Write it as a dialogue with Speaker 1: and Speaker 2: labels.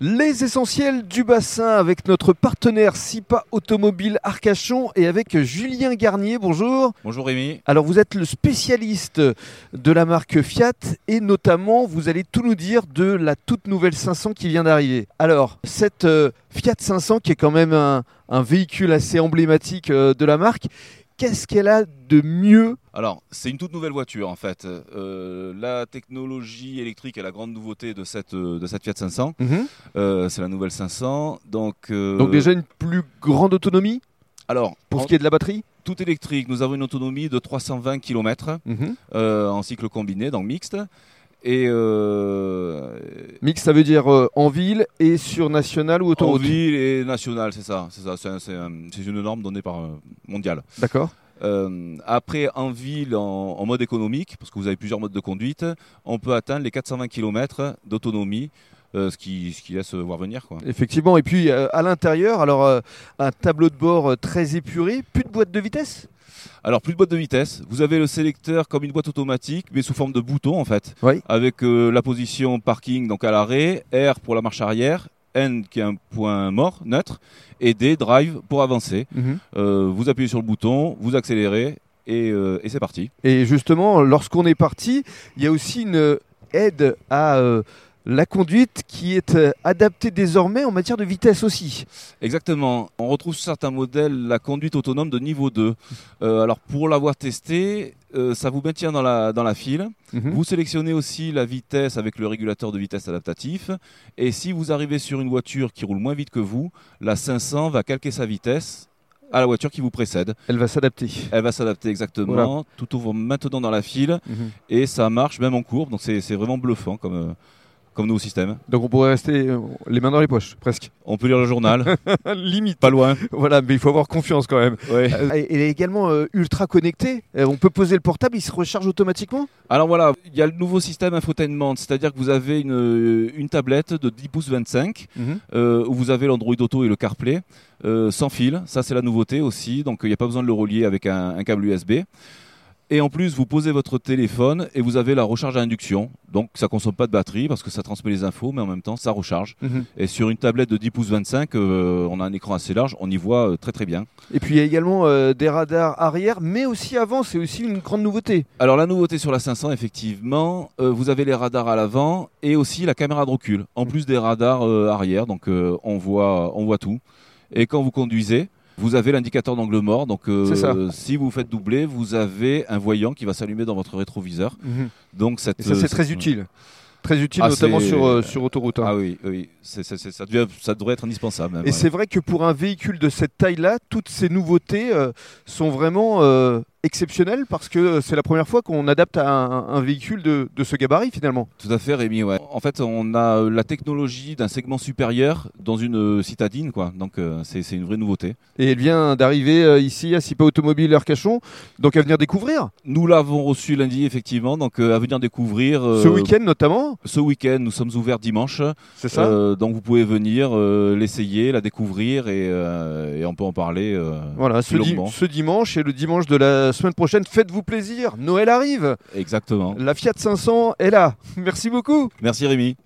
Speaker 1: Les essentiels du bassin avec notre partenaire SIPA Automobile Arcachon et avec Julien Garnier. Bonjour.
Speaker 2: Bonjour Rémi.
Speaker 1: Alors vous êtes le spécialiste de la marque Fiat et notamment vous allez tout nous dire de la toute nouvelle 500 qui vient d'arriver. Alors cette euh, Fiat 500 qui est quand même un, un véhicule assez emblématique euh, de la marque, qu'est-ce qu'elle a de mieux
Speaker 2: Alors, c'est une toute nouvelle voiture en fait. Euh, la technologie électrique est la grande nouveauté de cette, euh, de cette Fiat 500. Euh, c'est la nouvelle 500. Donc, euh,
Speaker 1: Donc déjà une plus grande autonomie
Speaker 2: alors,
Speaker 1: pour
Speaker 2: en-
Speaker 1: ce qui est de la batterie
Speaker 2: tout électrique, nous avons une autonomie de 320 km euh, en cycle combiné, donc mixte. Et euh,
Speaker 1: Mix ça veut dire euh, en ville et sur nationale ou
Speaker 2: en
Speaker 1: autoroute
Speaker 2: ville et nationale, c'est ça. C'est ça. C'est un- c'est un- c'est une norme donnée par euh, mondiale.
Speaker 1: D'accord.
Speaker 2: Euh, après, en ville, en, en mode économique, parce que vous avez plusieurs modes de conduite, on peut atteindre les 420 km d'autonomie, euh, ce, qui, ce qui laisse voir venir. Quoi.
Speaker 1: Effectivement, et puis euh, à l'intérieur, alors euh, un tableau de bord euh, très épuré, plus de boîte de vitesse
Speaker 2: Alors, plus de boîte de vitesse. Vous avez le sélecteur comme une boîte automatique, mais sous forme de bouton, en fait.
Speaker 1: Oui.
Speaker 2: Avec euh, la position parking, donc à l'arrêt, R pour la marche arrière, N qui est un point mort, neutre, et D, drive pour avancer. Euh, vous appuyez sur le bouton, vous accélérez, et, euh, et c'est parti.
Speaker 1: Et justement, lorsqu'on est parti, il y a aussi une euh, aide à euh, la conduite qui est euh, adaptée désormais en matière de vitesse aussi.
Speaker 2: Exactement. On retrouve sur certains modèles la conduite autonome de niveau 2. Euh, alors pour l'avoir testé, euh, ça vous maintient dans la, dans la file.
Speaker 1: Mhm.
Speaker 2: Vous sélectionnez aussi la vitesse avec le régulateur de vitesse adaptatif. Et si vous arrivez sur une voiture qui roule moins vite que vous, la 500 va calquer sa vitesse à la voiture qui vous précède.
Speaker 1: Elle va s'adapter.
Speaker 2: Elle va s'adapter exactement,
Speaker 1: Voilà.
Speaker 2: tout ouvre maintenant dans la file. Et ça marche même en courbe. Donc c'est c'est vraiment bluffant comme, euh, comme nouveau système.
Speaker 1: Donc on pourrait rester euh, les mains dans les poches, presque.
Speaker 2: On peut lire le journal,
Speaker 1: Limite.
Speaker 2: pas loin.
Speaker 1: Voilà, mais il faut avoir confiance quand même.
Speaker 2: Ouais.
Speaker 1: Euh, et- Elle est également euh, ultra connectée. Euh, on peut poser le portable, il se recharge automatiquement
Speaker 2: Alors voilà, il y a le nouveau système infotainment, c'est-à-dire que vous avez une, euh, une tablette de 10 pouces 25 euh, où vous avez l'Android Auto et le CarPlay euh, sans fil. Ça, c'est la nouveauté aussi, donc euh, il n'y a pas besoin de le relier avec un, un câble USB. Et en plus, vous posez votre téléphone et vous avez la recharge à induction. Donc ça consomme pas de batterie parce que ça transmet les infos, mais en même temps, ça recharge. Et sur une tablette de 10 pouces 25, euh, on a un écran assez large, on y voit euh, très très bien.
Speaker 1: Et puis il y a également euh, des radars arrière, mais aussi avant, c'est aussi une grande nouveauté.
Speaker 2: Alors la nouveauté sur la 500, effectivement, euh, vous avez les radars à l'avant et aussi la caméra de recul,
Speaker 1: Mm.
Speaker 2: en plus des radars euh, arrière, donc euh, on, voit, on voit tout. Et quand vous conduisez, vous avez l'indicateur d'angle mort, donc euh,
Speaker 1: C'est ça.
Speaker 2: si vous vous faites doubler, vous avez un voyant qui va s'allumer dans votre rétroviseur. Donc cette,
Speaker 1: Et ça,
Speaker 2: Mhm. euh,
Speaker 1: c'est très
Speaker 2: cette-
Speaker 1: utile. Très utile,
Speaker 2: Ah,
Speaker 1: notamment
Speaker 2: c'est-
Speaker 1: sur, euh, sur autoroute. hein.
Speaker 2: Ah oui, oui c'est- c'est- c'est- ça, devient- ça devrait être indispensable. même,
Speaker 1: Et
Speaker 2: ouais.
Speaker 1: c'est vrai que pour un véhicule de cette taille-là, toutes ces nouveautés euh, sont vraiment euh, exceptionnelles parce que euh, c'est la première fois qu'on adapte à un, un véhicule de, de ce gabarit finalement.
Speaker 2: Tout à fait, Rémi. Ouais. En fait, on a euh, la technologie d'un segment supérieur dans une euh, citadine, quoi. Donc euh, c'est c'est une vraie nouveauté.
Speaker 1: Et elle vient d'arriver euh, ici à Sipa Automobile Arcachon, donc à venir découvrir
Speaker 2: Nous l'avons reçu lundi, effectivement, donc euh, à venir découvrir. euh,
Speaker 1: ce week-end notamment.
Speaker 2: Ce week-end, nous sommes ouverts dimanche.
Speaker 1: C'est
Speaker 2: Euh, donc vous pouvez venir euh, l'essayer, la découvrir et, euh, et on peut en parler. euh,
Speaker 1: Voilà, ce, di-
Speaker 2: longuement.
Speaker 1: ce dimanche et le dimanche de la semaine prochaine, faites-vous plaisir, Noël arrive,
Speaker 2: Exactement.
Speaker 1: la Fiat 500 est là. Merci beaucoup.
Speaker 2: Merci Rémi.